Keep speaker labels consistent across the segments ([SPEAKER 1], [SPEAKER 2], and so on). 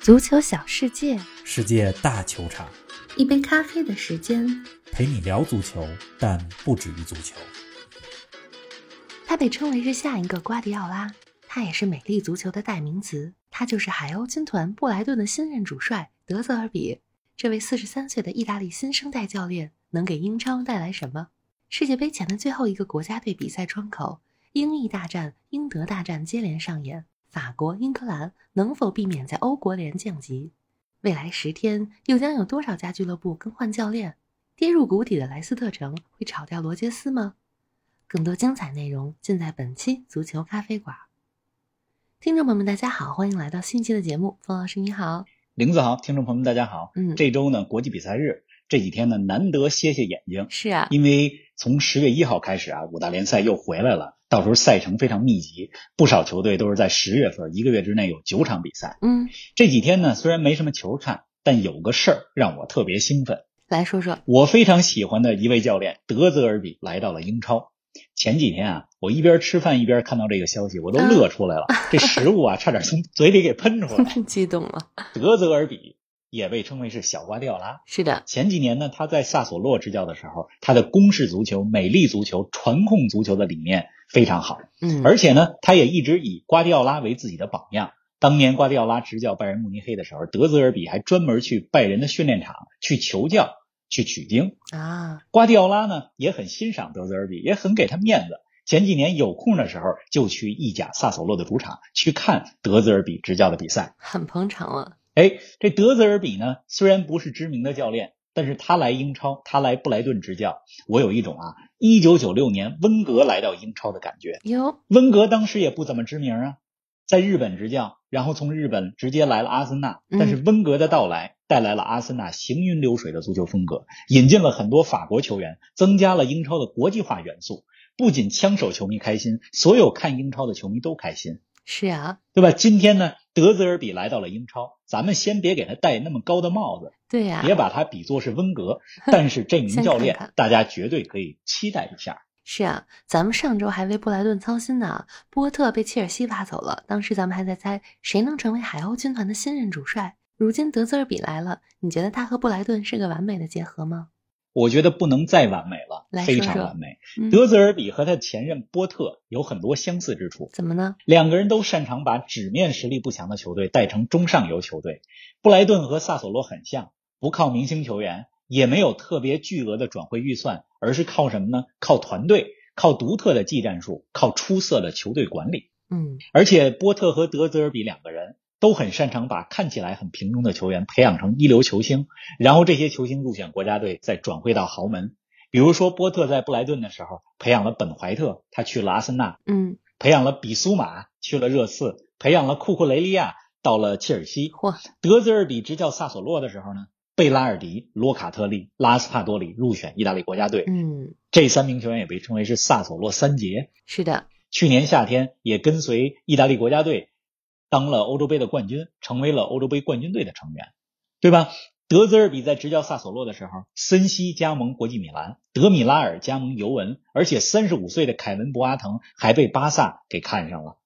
[SPEAKER 1] 足球小世界，
[SPEAKER 2] 世界大球场
[SPEAKER 3] 一杯咖啡的时间，
[SPEAKER 2] 陪你聊足球，但不止于足球。
[SPEAKER 1] 它被称为是下一个瓜迪奥拉，他也是美丽足球的代名词。他就是海鸥军团布莱顿的新任主帅德泽尔比。这位四十三岁的意大利新生代教练能给英超带来什么？世界杯前的最后一个国家队比赛窗口，英意大战、英德大战接连上演，法国、英格兰能否避免在欧国联降级？未来十天又将有多少家俱乐部更换教练？跌入谷底的莱斯特城会炒掉罗杰斯吗？更多精彩内容尽在本期足球咖啡馆。听众朋友们，大家好，欢迎来到新一期的节目。冯老师你好，
[SPEAKER 4] 林子豪，听众朋友们，大家好。
[SPEAKER 1] 嗯
[SPEAKER 4] 这周呢，国际比赛日，这几天呢，难得歇歇眼睛，
[SPEAKER 1] 是啊，
[SPEAKER 4] 因为从十月一号开始啊，五大联赛又回来了，到时候赛程非常密集，不少球队都是在十月份一个月之内有九场比赛。
[SPEAKER 1] 嗯，
[SPEAKER 4] 这几天呢，虽然没什么球看，但有个事儿让我特别兴奋。
[SPEAKER 1] 来说说，
[SPEAKER 4] 我非常喜欢的一位教练德泽尔比来到了英超。前几天啊，我一边吃饭一边看到这个消息，我都乐出来了，这食物啊差点从嘴里给喷出来。
[SPEAKER 1] 激动了，
[SPEAKER 4] 德泽尔比也被称为是小瓜迪奥拉。
[SPEAKER 1] 是的，
[SPEAKER 4] 前几年呢，他在萨索洛执教的时候，他的攻势足球、美丽足球、传控足球的理念非常好，
[SPEAKER 1] 嗯，
[SPEAKER 4] 而且呢，他也一直以瓜迪奥拉为自己的榜样。当年瓜迪奥拉执教拜仁慕尼黑的时候，德泽尔比还专门去拜仁的训练场去求教、去取经。
[SPEAKER 1] 啊，
[SPEAKER 4] 瓜迪奥拉呢也很欣赏德泽尔比，也很给他面子。前几年有空的时候，就去意甲萨索洛的主场去看德泽尔比执教的比赛。
[SPEAKER 1] 很捧场了，
[SPEAKER 4] 哎，这德泽尔比呢，虽然不是知名的教练，但是他来英超，他来布莱顿执教，我有一种啊，一九九六年温格来到英超的感觉。
[SPEAKER 1] 哟，
[SPEAKER 4] 温格当时也不怎么知名啊，在日本执教，然后从日本直接来了阿森纳。
[SPEAKER 1] 嗯
[SPEAKER 4] 但是温格的到来带来了阿森纳行云流水的足球风格，引进了很多法国球员，增加了英超的国际化元素。不仅枪手球迷开心，所有看英超的球迷都开心。
[SPEAKER 1] 是啊，
[SPEAKER 4] 对吧？今天呢，德泽尔比来到了英超，咱们先别给他戴那么高的帽子，
[SPEAKER 1] 对啊呀、
[SPEAKER 4] 别把他比作是 温格。但是这名教
[SPEAKER 1] 先看看
[SPEAKER 4] 练，大家绝对可以期待一下。
[SPEAKER 1] 是啊，咱们上周还为布莱顿操心呢，波特被切尔西挖走了，当时咱们还在猜谁能成为海鸥军团的新任主帅。如今德泽尔比来了，你觉得他和布莱顿是个完美的结合吗？
[SPEAKER 4] 我觉得不能再完美了
[SPEAKER 1] 来，说
[SPEAKER 4] 非
[SPEAKER 1] 说
[SPEAKER 4] 常完美。
[SPEAKER 1] 嗯，
[SPEAKER 4] 德泽尔比和他的前任波特有很多相似之处，
[SPEAKER 1] 怎么呢？
[SPEAKER 4] 两个人都擅长把纸面实力不强的球队带成中上游球队。布莱顿和萨索洛很像，不靠明星球员，也没有特别巨额的转会预算，而是靠什么呢？靠团队，靠独特的技战术，靠出色的球队管理。
[SPEAKER 1] 嗯，
[SPEAKER 4] 而且波特和德泽尔比两个人都很擅长把看起来很平庸的球员培养成一流球星，然后这些球星入选国家队，再转会到豪门。比如说，波特在布莱顿的时候培养了本怀特，他去了阿森纳；
[SPEAKER 1] 嗯，
[SPEAKER 4] 培养了比苏马，去了热刺；培养了库库雷利亚，到了切尔西。
[SPEAKER 1] 嚯，
[SPEAKER 4] 德泽尔比执教萨索洛的时候呢，贝拉尔迪、罗卡特利、拉斯帕多里入选意大利国家队。
[SPEAKER 1] 嗯，
[SPEAKER 4] 这三名球员也被称为是萨索洛三杰。
[SPEAKER 1] 是的，
[SPEAKER 4] 去年夏天也跟随意大利国家队当了欧洲杯的冠军，成为了欧洲杯冠军队的成员，对吧？德泽尔比在执教萨索洛的时候，森西加盟国际米兰，德米拉尔加盟尤文，而且三十五岁的凯文·博阿滕还被巴萨给看上了，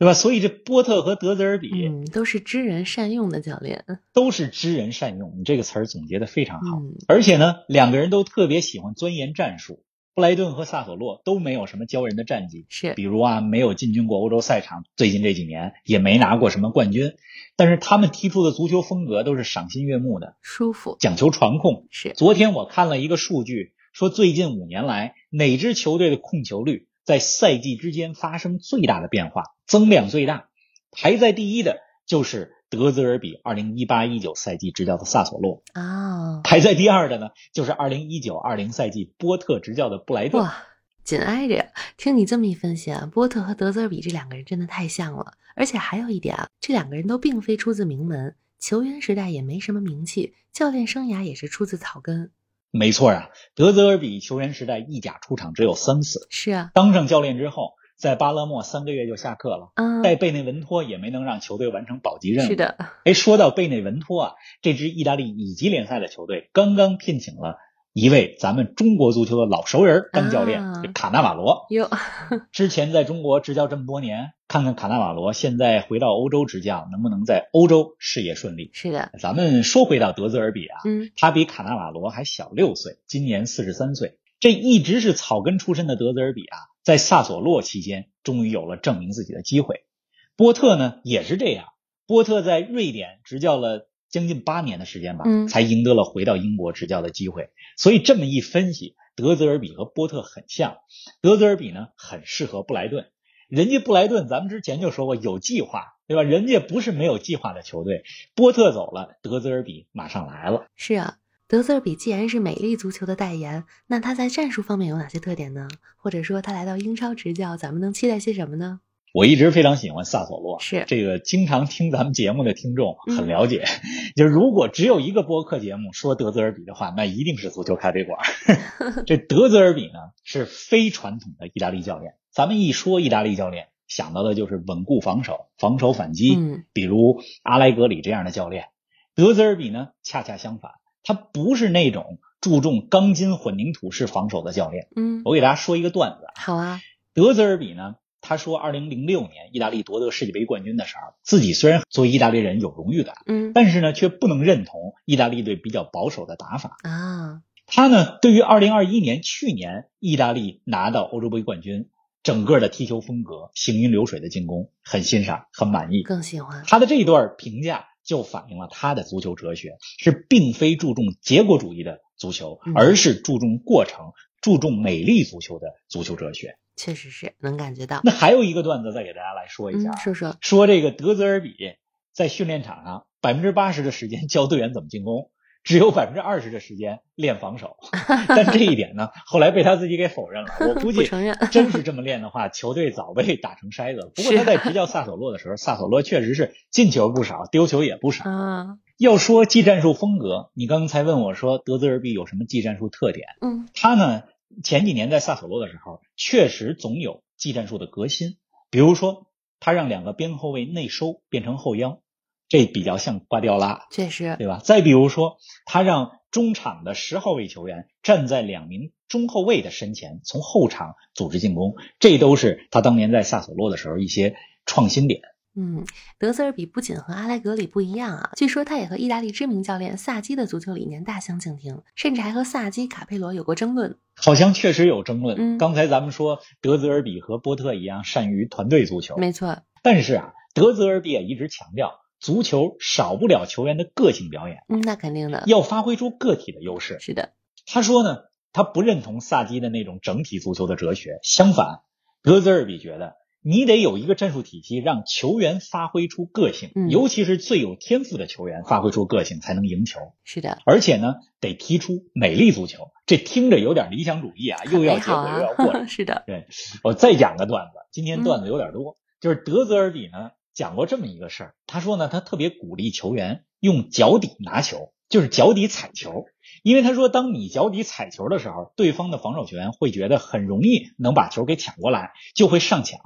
[SPEAKER 4] 对吧？所以这波特和德泽尔比
[SPEAKER 1] 嗯，都是知人善用的教练，
[SPEAKER 4] 都是知人善用，你这个词儿总结的非常好。
[SPEAKER 1] 嗯，
[SPEAKER 4] 而且呢，两个人都特别喜欢钻研战术，布莱顿和萨索洛都没有什么骄人的战绩，
[SPEAKER 1] 是
[SPEAKER 4] 比如啊，没有进军过欧洲赛场，最近这几年也没拿过什么冠军，但是他们踢出的足球风格都是赏心悦目的，
[SPEAKER 1] 舒服，
[SPEAKER 4] 讲求传控。
[SPEAKER 1] 是
[SPEAKER 4] 昨天我看了一个数据，说最近五年来哪支球队的控球率在赛季之间发生最大的变化，增量最大，排在第一的就是德泽尔比2018-19赛季执教的萨索洛，
[SPEAKER 1] 啊，
[SPEAKER 4] 排在第二的呢就是2019-20赛季波特执教的布 莱顿。
[SPEAKER 1] 哇， 紧挨着呀！听你这么一分析啊，波特和德泽尔比这两个人真的太像了。而且还有一点啊，这两个人都并非出自名门，球员时代也没什么名气，教练生涯也是出自草根。
[SPEAKER 4] 没错啊，德泽尔比球员时代意甲出场只有三次，
[SPEAKER 1] 是啊，
[SPEAKER 4] 当上教练之后，在巴勒莫三个月就下课了。
[SPEAKER 1] 嗯，
[SPEAKER 4] 带贝内文托也没能让球队完成保级任务。
[SPEAKER 1] 是，的，
[SPEAKER 4] 哎，说到贝内文托啊，这支意大利乙级联赛的球队刚刚聘请了一位咱们中国足球的老熟人当教练，
[SPEAKER 1] 啊
[SPEAKER 4] 就卡纳瓦罗。
[SPEAKER 1] 哟，
[SPEAKER 4] 之前在中国执教这么多年，看看卡纳瓦罗现在回到欧洲执教，能不能在欧洲事业顺利？
[SPEAKER 1] 是的，
[SPEAKER 4] 咱们说回到德泽尔比啊，
[SPEAKER 1] 嗯，
[SPEAKER 4] 他比卡纳瓦罗还小六岁，今年四十三岁。这一直是草根出身的德泽尔比啊，在萨索洛期间终于有了证明自己的机会。波特呢也是这样，波特在瑞典执教了将近八年的时间吧，
[SPEAKER 1] 嗯
[SPEAKER 4] 才赢得了回到英国执教的机会。所以这么一分析，德泽尔比和波特很像。德泽尔比呢很适合布莱顿，人家布莱顿咱们之前就说过有计划，对吧？人家不是没有计划的球队。波特走了，德泽尔比马上来了。
[SPEAKER 1] 是啊。德泽尔比既然是美丽足球的代言，那他在战术方面有哪些特点呢？或者说他来到英超执教，咱们能期待些什么呢？
[SPEAKER 4] 我一直非常喜欢萨索洛，啊
[SPEAKER 1] 是
[SPEAKER 4] 这个经常听咱们节目的听众啊
[SPEAKER 1] 嗯
[SPEAKER 4] 很了解。就是如果只有一个播客节目说德泽尔比的话，那一定是足球咖啡馆。 这德泽尔比呢是非传统的意大利教练，咱们一说意大利教练，想到的就是稳固防守、防守反击，
[SPEAKER 1] 嗯
[SPEAKER 4] 比如阿莱格里这样的教练。德泽尔比呢恰恰相反，他不是那种注重钢筋混凝土式防守的教练。
[SPEAKER 1] 嗯，
[SPEAKER 4] 我给大家说一个段子啊。
[SPEAKER 1] 好啊，
[SPEAKER 4] 德泽尔比呢，他说，2 0 0 6年意大利夺得世界杯冠军的时候，自己虽然作为意大利人有荣誉感，
[SPEAKER 1] 嗯
[SPEAKER 4] 但是呢，却不能认同意大利队比较保守的打法。
[SPEAKER 1] 啊，
[SPEAKER 4] 他呢，对于2021年去年意大利拿到欧洲杯冠军，整个的踢球风格、行云流水的进攻，很欣赏，很满意。
[SPEAKER 1] 更喜欢，
[SPEAKER 4] 他的这一段评价就反映了他的足球哲学是并非注重结果主义的足球
[SPEAKER 1] 嗯，
[SPEAKER 4] 而是注重过程、注重美丽足球的足球哲学。
[SPEAKER 1] 确实是能感觉到。
[SPEAKER 4] 那还有一个段子，再给大家来说一下
[SPEAKER 1] 嗯
[SPEAKER 4] 啊，，
[SPEAKER 1] 说说，
[SPEAKER 4] 说这个德泽尔比在训练场上百分之八十的时间 教队员怎么进攻，只有百分之二十的时间练 防守。但这一点呢，后来被他自己给否认了。我估
[SPEAKER 1] 不
[SPEAKER 4] 计
[SPEAKER 1] 承认，
[SPEAKER 4] 真是这么练的话，球队早被打成筛子了。不过他在执教萨索洛的时候，萨索洛确实是进球不少，丢球也不少。
[SPEAKER 1] 啊，
[SPEAKER 4] 要说技战术风格，你刚才问我说德泽尔比有什么技战术特点？
[SPEAKER 1] 嗯
[SPEAKER 4] 他呢，前几年在萨索洛的时候，确实总有技战术的革新，比如说他让两个边后卫内收变成后腰，这比较像瓜迪奥拉，
[SPEAKER 1] 确实，
[SPEAKER 4] 对吧？再比如说，他让中场的十号位球员站在两名中后卫的身前，从后场组织进攻，这都是他当年在萨索洛的时候一些创新点。
[SPEAKER 1] 嗯，德泽尔比不仅和阿莱格里不一样啊，据说他也和意大利知名教练萨基的足球理念大相径庭，甚至还和萨基、卡佩罗有过争论。
[SPEAKER 4] 好像确实有争论。
[SPEAKER 1] 嗯
[SPEAKER 4] 刚才咱们说德泽尔比和波特一样善于团队足球，
[SPEAKER 1] 没错，
[SPEAKER 4] 但是啊，德泽尔比也一直强调，足球少不了球员的个性表演，
[SPEAKER 1] 嗯，那肯定的，
[SPEAKER 4] 要发挥出个体的优势。
[SPEAKER 1] 是的，
[SPEAKER 4] 他说呢，他不认同萨基的那种整体足球的哲学，相反，德泽尔比觉得。你得有一个战术体系，让球员发挥出个性，
[SPEAKER 1] 嗯
[SPEAKER 4] 尤其是最有天赋的球员发挥出个性才能赢球。
[SPEAKER 1] 是的，
[SPEAKER 4] 而且呢，得踢出美丽足球。这听着有点理想主义啊，又要
[SPEAKER 1] 美
[SPEAKER 4] 结
[SPEAKER 1] 好
[SPEAKER 4] 果又要过程
[SPEAKER 1] 啊，。是的，
[SPEAKER 4] 我再讲个段子，今天
[SPEAKER 1] 嗯
[SPEAKER 4] 段子有点多，就是德泽尔比呢讲过这么一个事儿，他说呢，他特别鼓励球员用脚底拿球，就是脚底踩球，因为他说，当你脚底踩球的时候，对方的防守球员会觉得很容易能把球给抢过来，就会上抢，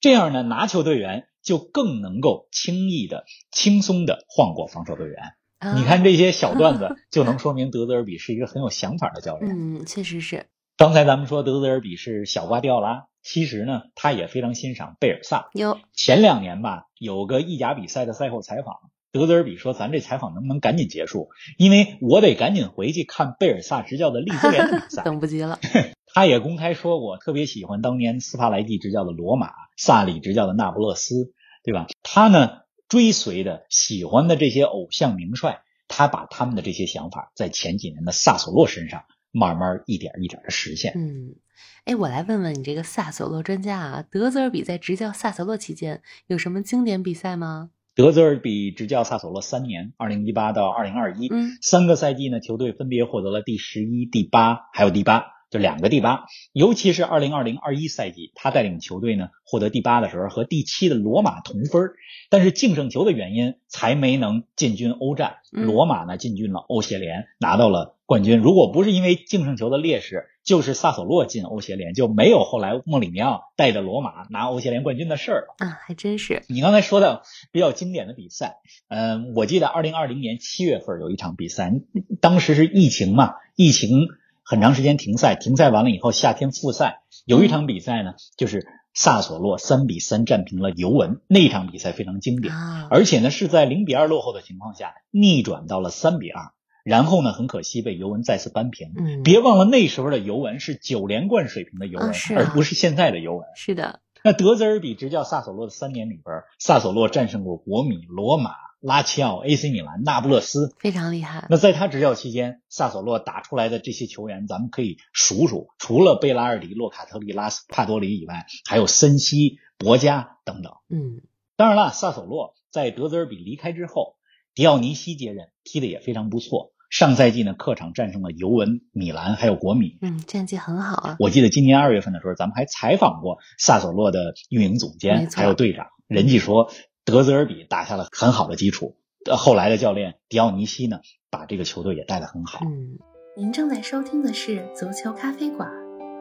[SPEAKER 4] 这样呢，拿球队员就更能够轻易的、轻松的晃过防守队员。
[SPEAKER 1] 啊
[SPEAKER 4] 你看，这些小段子，就能说明德泽尔比是一个很有想法的教练。
[SPEAKER 1] 嗯，确实是，
[SPEAKER 4] 刚才咱们说德泽尔比是小瓜迪奥拉，其实呢，他也非常欣赏贝尔萨。
[SPEAKER 1] 有，
[SPEAKER 4] 前两年吧，有个意甲比赛的赛后采访，德泽尔比说：“咱这采访能不能赶紧结束？因为我得赶紧回去看贝尔萨执教的利兹联的 比赛。”
[SPEAKER 1] 等不及了，
[SPEAKER 4] 他也公开说过，特别喜欢当年斯帕莱蒂执教的罗马，萨里执教的那不勒斯，对吧？他呢追随的、喜欢的这些偶像名帅，他把他们的这些想法在前几年的萨索洛身上慢慢一点一点的实现。
[SPEAKER 1] 嗯。哎，我来问问你这个萨索洛专家啊，德泽尔比在执教萨索洛期间有什么经典比赛吗？
[SPEAKER 4] 德泽尔比执教萨索洛三年，二零一八到二零二一，
[SPEAKER 1] 嗯
[SPEAKER 4] 三个赛季呢，球队分别获得了第十一、第八，还有第八，就两个第八。尤其是二零二零二一赛季，他带领球队呢获得第八的时候，和第七的罗马同分儿，但是净胜球的原因才没能进军欧战。
[SPEAKER 1] 嗯
[SPEAKER 4] 罗马呢进军了欧协联，拿到了冠军。如果不是因为净胜球的劣势，就是萨索洛进欧协联，就没有后来莫里尼奥带着罗马拿欧协联冠军的事儿了。
[SPEAKER 1] 啊，还真是，
[SPEAKER 4] 你刚才说到比较经典的比赛，嗯、我记得二零二零年七月份有一场比赛，当时是疫情嘛，疫情很长时间停赛，停赛完了以后，夏天复赛，有一场比赛呢，就是萨索洛三比三战平了尤文，那一场比赛非常经典，
[SPEAKER 1] 啊，
[SPEAKER 4] 而且呢是在零比二落后的情况下逆转到了三比二，然后呢很可惜被尤文再次扳平。
[SPEAKER 1] 嗯，
[SPEAKER 4] 别忘了那时候的尤文是九连冠水平的尤文，
[SPEAKER 1] 啊是啊
[SPEAKER 4] 而不是现在的尤文。
[SPEAKER 1] 是的，
[SPEAKER 4] 那德泽尔比执教萨索洛的三年里边，萨索洛战胜过国米、罗马、拉齐奥、AC 米兰、那不勒斯。
[SPEAKER 1] 非常厉害。
[SPEAKER 4] 那在他执教期间，萨索洛打出来的这些球员，咱们可以数数，除了贝拉尔迪、洛卡特利、拉斯帕多里以外，还有森西、博加等等。
[SPEAKER 1] 嗯，
[SPEAKER 4] 当然了，萨索洛在德泽尔比离开之后，迪奥尼西接任，踢得也非常不错。上赛季呢，客场战胜了尤文、米兰还有国米，
[SPEAKER 1] 嗯，战绩很好啊。
[SPEAKER 4] 我记得今年二月份的时候，咱们还采访过萨索洛的运营总
[SPEAKER 1] 没
[SPEAKER 4] 监
[SPEAKER 1] 错
[SPEAKER 4] 还有队长，人家说德泽尔比打下了很好的基础。呃后来的教练迪奥尼西呢，把这个球队也带得很好。
[SPEAKER 1] 嗯，
[SPEAKER 3] 您正在收听的是《足球咖啡馆》，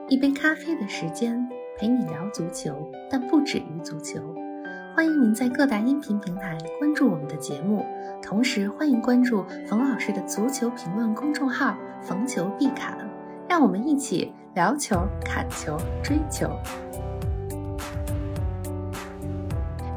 [SPEAKER 3] 一杯咖啡的时间陪你聊足球，但不止于足球。欢迎您在各大音频平台关注我们的节目，同时欢迎关注冯老师的足球评论公众号“冯球必侃”，让我们一起聊球、砍球、追球。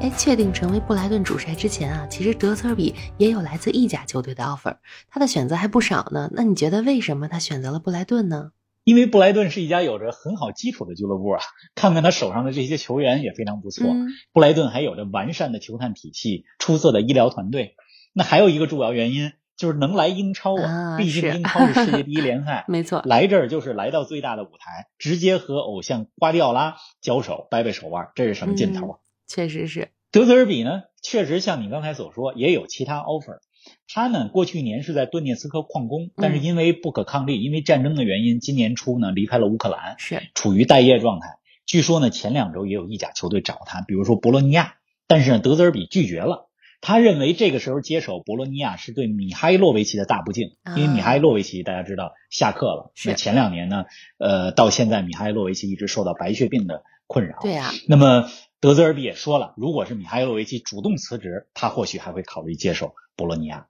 [SPEAKER 1] 哎，确定成为布莱顿主帅之前啊，其实德泽尔比也有来自意甲球队的 offer，他的选择还不少呢。那你觉得为什么他选择了布莱顿呢？
[SPEAKER 4] 因为布莱顿是一家有着很好基础的俱乐部啊，看看他手上的这些球员也非常不错。
[SPEAKER 1] 嗯，
[SPEAKER 4] 布莱顿还有着完善的球探体系、出色的医疗团队。那还有一个主要原因就是能来英超啊，
[SPEAKER 1] 啊
[SPEAKER 4] 毕竟
[SPEAKER 1] 是，
[SPEAKER 4] 英超是世界第一联赛
[SPEAKER 1] 没错，
[SPEAKER 4] 来这儿就是来到最大的舞台，直接和偶像瓜迪奥拉交手，掰掰手腕，这是什么劲头啊？
[SPEAKER 1] 确实是。
[SPEAKER 4] 德泽尔比呢，确实像你刚才所说，也有其他 offer。他呢，过去一年是在顿涅茨克矿工，但
[SPEAKER 1] 嗯
[SPEAKER 4] 是因为不可抗力，因为战争的原因，今年初呢离开了乌克兰，
[SPEAKER 1] 是，
[SPEAKER 4] 处于待业状态。据说呢，前两周也有意甲球队找他，比如说博洛尼亚，但是呢，德泽尔比拒绝了。他认为这个时候接手博洛尼亚是对米哈伊洛维奇的大不敬，因为米哈伊洛维奇大家知道下课
[SPEAKER 1] 啊
[SPEAKER 4] 了，
[SPEAKER 1] 是
[SPEAKER 4] 那前两年呢，呃，到现在米哈伊洛维奇一直受到白血病的困扰。
[SPEAKER 1] 对啊，
[SPEAKER 4] 那么德泽尔比也说了，如果是米哈伊洛维奇主动辞职，他或许还会考虑接手博洛尼亚，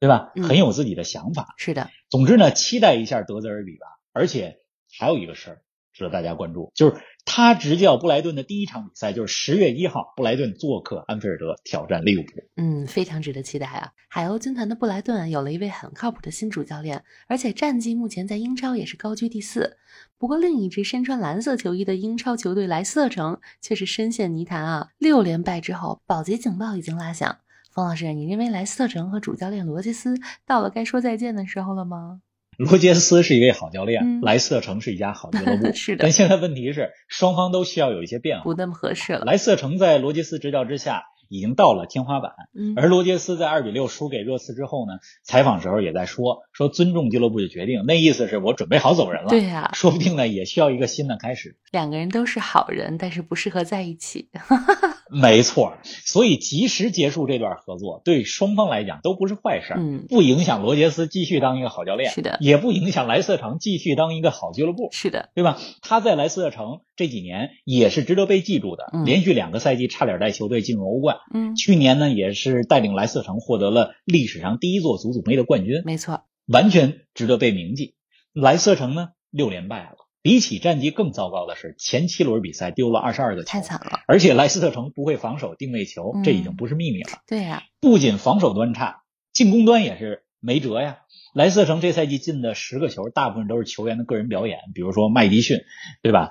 [SPEAKER 4] 对吧？
[SPEAKER 1] 嗯
[SPEAKER 4] 很有自己的想法。
[SPEAKER 1] 是的，
[SPEAKER 4] 总之呢，期待一下德泽尔比吧。而且还有一个事儿值得大家关注，就是他执教布莱顿的第一场比赛就是十月一号，布莱顿做客安菲尔德挑战利物浦。
[SPEAKER 1] 嗯，非常值得期待啊！海鸥军团的布莱顿啊有了一位很靠谱的新主教练，而且战绩目前在英超也是高居第四。不过，另一支身穿蓝色球衣的英超球队莱斯特城却是深陷泥潭啊！六连败之后，保级警报已经拉响。冯老师，你认为莱斯特城和主教练罗杰斯到了该说再见的时候了吗？
[SPEAKER 4] 罗杰斯是一位好教练，
[SPEAKER 1] 嗯
[SPEAKER 4] 莱斯特城是一家好俱乐部，
[SPEAKER 1] 是的
[SPEAKER 4] 但，现在问题是，双方都需要有一些变化
[SPEAKER 1] 不。那么合适了。
[SPEAKER 4] 莱斯特城在罗杰斯执教之下已经到了天花板，
[SPEAKER 1] 嗯，
[SPEAKER 4] 而罗杰斯在二比六输给热刺之后呢，采访时候也在说说尊重俱乐部的决定，那意思是我准备好走人了。
[SPEAKER 1] 对啊呀、
[SPEAKER 4] 说不定呢，也需要一个新的开始。
[SPEAKER 1] 两个人都是好人，但是不适合在一起。
[SPEAKER 4] 啊没错，所以及时结束这段合作，对双方来讲都不是坏事儿，
[SPEAKER 1] 嗯，
[SPEAKER 4] 不影响罗杰斯继续当一个好教练，
[SPEAKER 1] 是的
[SPEAKER 4] 也不影响莱斯特城继续当一个好俱乐部。
[SPEAKER 1] 是的，
[SPEAKER 4] 对吧？他在莱斯特城这几年也是值得被记住的，
[SPEAKER 1] 嗯
[SPEAKER 4] 连续两个赛季差点带球队进入欧冠。
[SPEAKER 1] 嗯，
[SPEAKER 4] 去年呢，也是带领莱斯特城获得了历史上第一座足总杯的冠军，
[SPEAKER 1] 没错，
[SPEAKER 4] 完全值得被铭记。莱斯特城呢，六连败了。比起战绩更糟糕的是，前七轮比赛丢了二十二个球，
[SPEAKER 1] 太惨了。
[SPEAKER 4] 而且莱斯特城不会防守定位球，
[SPEAKER 1] 嗯
[SPEAKER 4] 这已经不是秘密了。
[SPEAKER 1] 对啊呀、
[SPEAKER 4] 不仅防守端差，进攻端也是没辙呀。莱斯特城这赛季进的十个球，大部分都是球员的个人表演，比如说麦迪逊，对吧？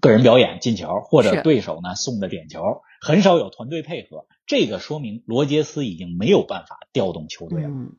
[SPEAKER 4] 个人表演进球，或
[SPEAKER 1] 是
[SPEAKER 4] 者对手呢送的点球，很少有团队配合。这个说明罗杰斯已经没有办法调动球队了。
[SPEAKER 1] 嗯，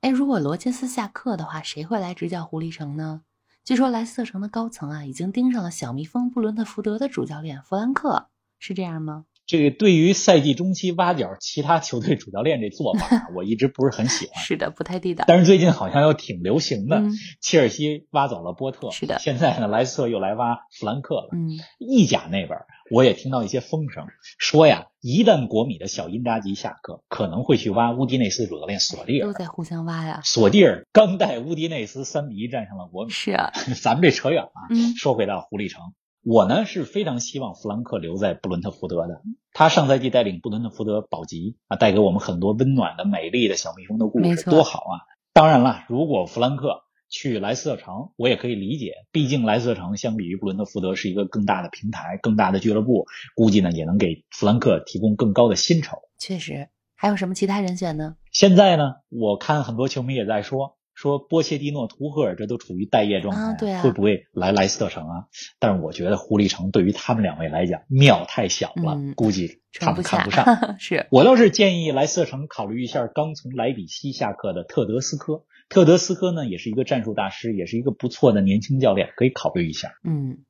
[SPEAKER 1] 哎，如果罗杰斯下课的话，谁会来执教狐狸城呢？据说莱斯特城的高层啊，已经盯上了小蜜蜂布伦特福德的主教练弗兰克，是这样吗？
[SPEAKER 4] 这个对于赛季中期挖角其他球队主教练这做法 啊，我一直不是很喜欢。
[SPEAKER 1] 是的，不太地道。
[SPEAKER 4] 但是最近好像又挺流行的，
[SPEAKER 1] 嗯
[SPEAKER 4] 切尔西挖走了波特，
[SPEAKER 1] 是的
[SPEAKER 4] 现在呢莱斯特又来挖弗兰克了。
[SPEAKER 1] 嗯，
[SPEAKER 4] 意甲那边儿，我也听到一些风声，说呀，一旦国米的小因扎吉下课，可能会去挖乌迪内斯主教练索蒂
[SPEAKER 1] 都
[SPEAKER 4] 尔。
[SPEAKER 1] 在互相挖呀。
[SPEAKER 4] 索蒂尔刚带乌迪内斯三比一战胜了国米，
[SPEAKER 1] 是啊，
[SPEAKER 4] 咱们这扯远了啊。
[SPEAKER 1] 嗯
[SPEAKER 4] 说回到狐狸城，我呢是非常希望弗兰克留在布伦特福德的。他上赛季带领布伦特福德保级啊，带给我们很多温暖的、美丽的小蜜蜂的故
[SPEAKER 1] 没
[SPEAKER 4] 事，
[SPEAKER 1] 错
[SPEAKER 4] 多好啊！当然了，如果弗兰克去莱斯特城，我也可以理解，毕竟莱斯特城相比于布伦特福德是一个更大的平台、更大的俱乐部，估计呢也能给弗兰克提供更高的薪酬。
[SPEAKER 1] 确实，还有什么其他人选呢？
[SPEAKER 4] 现在呢，我看很多球迷也在说，说波切蒂诺、图赫尔这都处于待业状态，
[SPEAKER 1] 啊对啊
[SPEAKER 4] 会不会来莱斯特城啊？但是我觉得狐狸城对于他们两位来讲庙太小了，
[SPEAKER 1] 嗯
[SPEAKER 4] 估计他
[SPEAKER 1] 撑
[SPEAKER 4] 们
[SPEAKER 1] 下，
[SPEAKER 4] 看 不上。
[SPEAKER 1] 是
[SPEAKER 4] 我倒是建议莱斯特城考虑一下刚从莱比锡下课的特德斯科。特德斯科呢，也是一个战术大师，也是一个不错的年轻教练，可以考虑一下。
[SPEAKER 1] 嗯，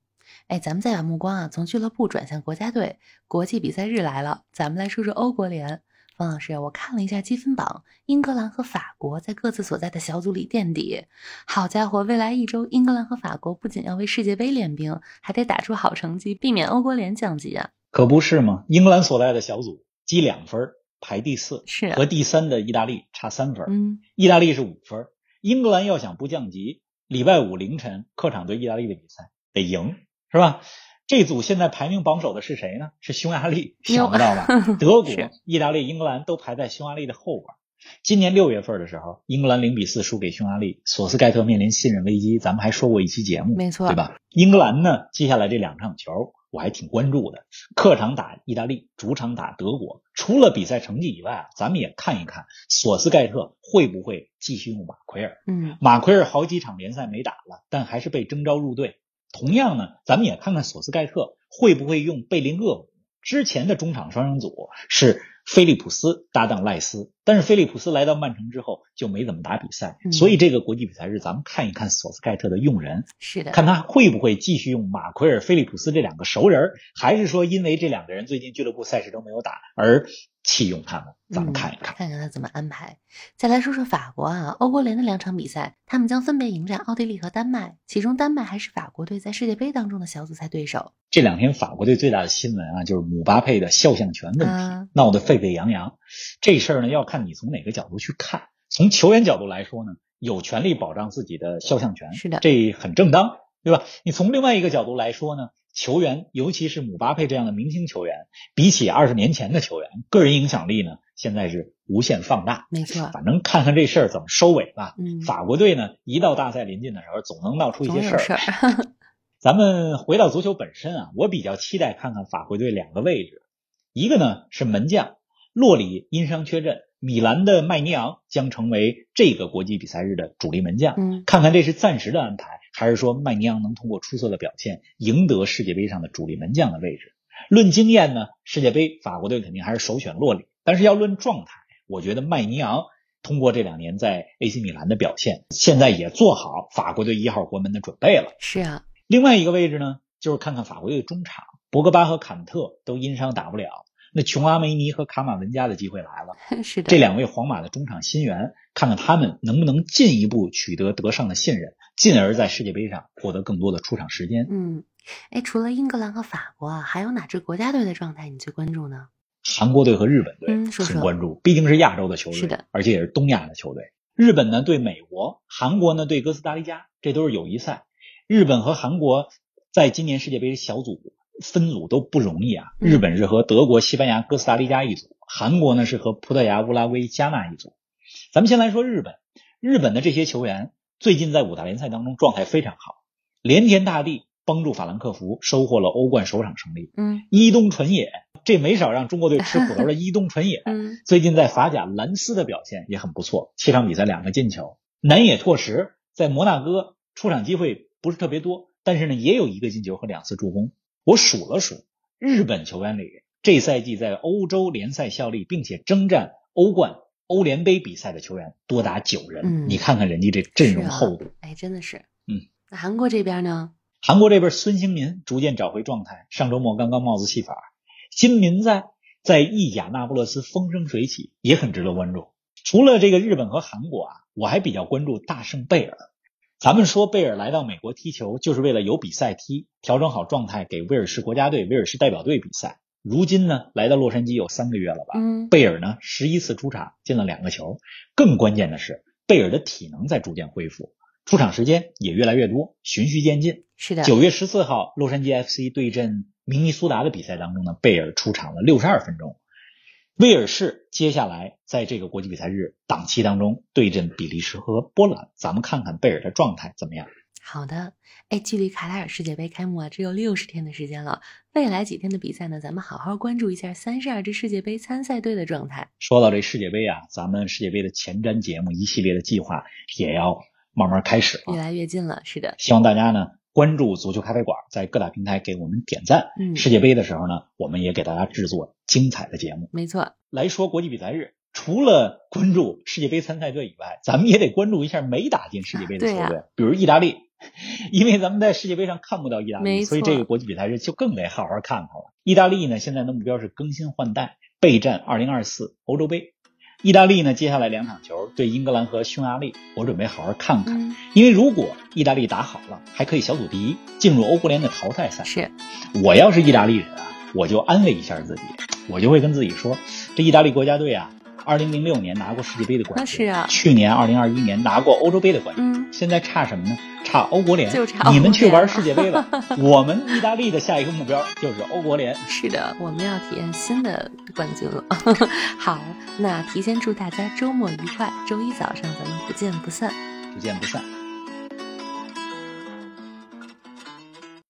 [SPEAKER 1] 哎，咱们再把目光啊从俱乐部转向国家队，国际比赛日来了，咱们来说说欧国联。方老师，我看了一下积分榜，英格兰和法国在各自所在的小组里垫底。好家伙，未来一周，英格兰和法国不仅要为世界杯练兵，还得打出好成绩，避免欧国联降级啊！
[SPEAKER 4] 可不是吗？英格兰所在的小组积两分儿排第四，
[SPEAKER 1] 是啊
[SPEAKER 4] 和第三的意大利差三分儿。
[SPEAKER 1] 嗯，
[SPEAKER 4] 意大利是五分儿。英格兰要想不降级，礼拜五凌晨客场对意大利的比赛得赢，是吧？这组现在排名榜首的是谁呢？是匈牙利，
[SPEAKER 1] 哟
[SPEAKER 4] 想不到吧？德国
[SPEAKER 1] 是、
[SPEAKER 4] 意大利、英格兰都排在匈牙利的后边。今年六月份的时候，英格兰零比四输给匈牙利，索斯盖特面临信任危机，咱们还说过一期节目，
[SPEAKER 1] 没错
[SPEAKER 4] 对吧？英格兰呢，接下来这两场球我还挺关注的，客场打意大利，主场打德国。除了比赛成绩以外啊，咱们也看一看索斯盖特会不会继续用马奎尔。
[SPEAKER 1] 嗯，
[SPEAKER 4] 马奎尔好几场联赛没打了，但还是被征召入队。同样呢，咱们也看看索斯盖特会不会用贝林厄姆。之前的中场双人组是菲利普斯搭档赖斯，但是菲利普斯来到曼城之后就没怎么打比赛，
[SPEAKER 1] 嗯
[SPEAKER 4] 所以这个国际比赛日咱们看一看索斯盖特的用人，
[SPEAKER 1] 是的，
[SPEAKER 4] 看他会不会继续用马奎尔、菲利普斯这两个熟人儿，还是说因为这两个人最近俱乐部赛事都没有打而弃用他们？
[SPEAKER 1] 嗯
[SPEAKER 4] 咱们看一看。
[SPEAKER 1] 看看他怎么安排。再来说说法国啊，欧国联的两场比赛，他们将分别迎战奥地利和丹麦，其中丹麦还是法国队在世界杯当中的小组赛对手。
[SPEAKER 4] 这两天法国队最大的新闻啊，就是姆巴佩的肖像权问题、
[SPEAKER 1] 啊
[SPEAKER 4] 闹得沸沸扬扬。这事儿呢，要看你从哪个角度去看。从球员角度来说呢，有权利保障自己的肖像权，
[SPEAKER 1] 是的
[SPEAKER 4] 这很正当，对吧？你从另外一个角度来说呢，球员，尤其是姆巴佩这样的明星球员，比起二十年前的球员，个人影响力呢，现在是无限放大。
[SPEAKER 1] 没错，
[SPEAKER 4] 反正看看这事儿怎么收尾吧。
[SPEAKER 1] 嗯，
[SPEAKER 4] 法国队呢，一到大赛临近的时候，总能闹出一
[SPEAKER 1] 总
[SPEAKER 4] 些
[SPEAKER 1] 有事
[SPEAKER 4] 事
[SPEAKER 1] 儿
[SPEAKER 4] 儿。。咱们回到足球本身啊，我比较期待看看法国队两个位置，一个呢是门将洛里因伤缺阵，米兰的麦尼昂将成为这个国际比赛日的主力门将，
[SPEAKER 1] 嗯
[SPEAKER 4] 看看这是暂时的安排，还是说麦尼昂能通过出色的表现赢得世界杯上的主力门将的位置？论经验呢，世界杯法国队肯定还是首选洛里，但是要论状态，我觉得麦尼昂通过这两年在 AC 米兰的表现，现在也做好法国队一号国门的准备了。
[SPEAKER 1] 是啊，
[SPEAKER 4] 另外一个位置呢，就是看看法国队的中场，博格巴和坎特都因伤打不了，那琼阿梅尼和卡马文加的机会来了。
[SPEAKER 1] 是的，
[SPEAKER 4] 这两位皇马的中场新援，看看他们能不能进一步取得德尚的信任，进而在世界杯上获得更多的出场时间。
[SPEAKER 1] 嗯，哎，除了英格兰和法国啊，还有哪支国家队的状态你最关注呢？
[SPEAKER 4] 韩国队和日本队
[SPEAKER 1] 嗯说说
[SPEAKER 4] 很关注，毕竟是亚洲的球
[SPEAKER 1] 是
[SPEAKER 4] 队
[SPEAKER 1] 的，
[SPEAKER 4] 而且也是东亚的球队。日本呢对美国，韩国呢对哥斯达黎加，这都是友谊赛。日本和韩国在今年世界杯小组分组都不容易啊。
[SPEAKER 1] 嗯
[SPEAKER 4] 日本是和德国、西班牙、哥斯达黎加一组，韩国呢是和葡萄牙、乌拉圭、加纳一组。咱们先来说日本，日本的这些球员最近在五大联赛当中状态非常好，连田大地帮助法兰克福收获了欧冠首场胜利。
[SPEAKER 1] 嗯
[SPEAKER 4] 伊东纯也，这没少让中国队吃苦 头的伊东纯也，
[SPEAKER 1] 嗯，
[SPEAKER 4] 最近在法甲兰斯的表现也很不错，七场比赛两个进球。南野拓实在摩纳哥出场机会不是特别多，但是呢也有一个进球和两次助攻。我数了数，日本球员里这赛季在欧洲联赛效力并且征战欧冠、欧联杯比赛的球员多达九人，
[SPEAKER 1] 嗯
[SPEAKER 4] 你看看人家这阵容
[SPEAKER 1] 是啊
[SPEAKER 4] 厚度。
[SPEAKER 1] 哎，真的是。
[SPEAKER 4] 嗯，
[SPEAKER 1] 那韩国这边呢？
[SPEAKER 4] 韩国这边孙兴民逐渐找回状态，上周末刚刚帽子戏法。金民在在意甲那不勒斯风生水起，也很值得关注。除了这个日本和韩国啊，我还比较关注大圣贝尔。咱们说贝尔来到美国踢球，就是为了有比赛踢，调整好状态，给威尔士国家队、威尔士代表队比赛。如今呢，来到洛杉矶有三个月了吧？
[SPEAKER 1] 嗯，
[SPEAKER 4] 啊贝尔呢，十一次出场进了两个球，更关键的是，贝尔的体能在逐渐恢复，出场时间也越来越多，循序渐进。
[SPEAKER 1] 是的，
[SPEAKER 4] 九月十四号，洛杉矶 FC 对阵明尼苏达的比赛当中呢，贝尔出场了六十二分钟。威尔士接下来在这个国际比赛日档期当中对阵比利时和波兰，咱们看看贝尔的状态怎么样。
[SPEAKER 1] 好的，哎，距离卡塔尔世界杯开幕啊，只有六十天的时间了。未来几天的比赛呢，咱们好好关注一下三十二支世界杯参赛队的状态。
[SPEAKER 4] 说到这世界杯啊，咱们世界杯的前瞻节目一系列的计划也要慢慢开始
[SPEAKER 1] 越
[SPEAKER 4] 了。
[SPEAKER 1] 来越近了，是的，
[SPEAKER 4] 希望大家呢关注足球咖啡馆，在各大平台给我们点赞。
[SPEAKER 1] 嗯，
[SPEAKER 4] 世界杯的时候呢，我们也给大家制作精彩的节目。
[SPEAKER 1] 没错，
[SPEAKER 4] 来说国际比赛日，除了关注世界杯参赛队以外，咱们也得关注一下没打进世界杯的球
[SPEAKER 1] 啊
[SPEAKER 4] 队，比如意大利， 因为咱们在世界杯上看不到意大
[SPEAKER 1] 没
[SPEAKER 4] 利，
[SPEAKER 1] 错
[SPEAKER 4] 所以这个国际比赛日就更得好好看看了。意大利呢，现在的目标是更新换代，备战2024欧洲杯。意大利呢，接下来两场球对英格兰和匈牙利，我准备好好看看，
[SPEAKER 1] 嗯，
[SPEAKER 4] 因为如果意大利打好了，还可以小组第一，进入欧国联的淘汰赛。
[SPEAKER 1] 是
[SPEAKER 4] 我要是意大利人啊，我就安慰一下自己，我就会跟自己说，这意大利国家队啊，二零零六年拿过世界杯的冠
[SPEAKER 1] 那
[SPEAKER 4] 军，
[SPEAKER 1] 是啊
[SPEAKER 4] 去年二零二一年拿过欧洲杯的冠军，
[SPEAKER 1] 嗯，
[SPEAKER 4] 现在差什么呢？差欧国联，
[SPEAKER 1] 就差欧国联
[SPEAKER 4] 你们去玩世界杯了，我们意大利的下一个目标就是欧国联。
[SPEAKER 1] 是的，我们要体验新的冠军了。 好，那提前祝大家周末愉快，周一早上咱们不见不散。
[SPEAKER 4] 不见不散。